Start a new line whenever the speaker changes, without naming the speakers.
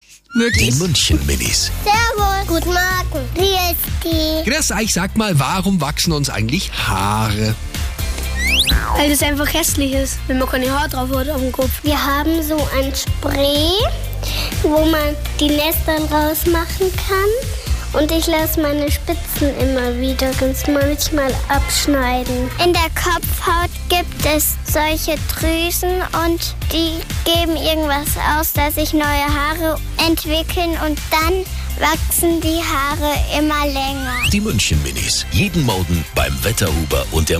Die
möglich.
München Minis.
Servus. Guten Morgen. Wie ist die?
Grüß euch, sag mal, warum wachsen uns eigentlich Haare?
Weil das einfach hässlich ist, wenn man keine Haare drauf hat auf dem Kopf.
Wir haben so ein Spray, wo man die Nester rausmachen kann. Und ich lasse meine Spitzen immer wieder ganz manchmal abschneiden. In der Kopfhaut gibt es solche Drüsen und die geben irgendwas aus, dass sich neue Haare entwickeln und dann wachsen die Haare immer länger.
Die München Minis. Jeden Morgen beim Wetterhuber und der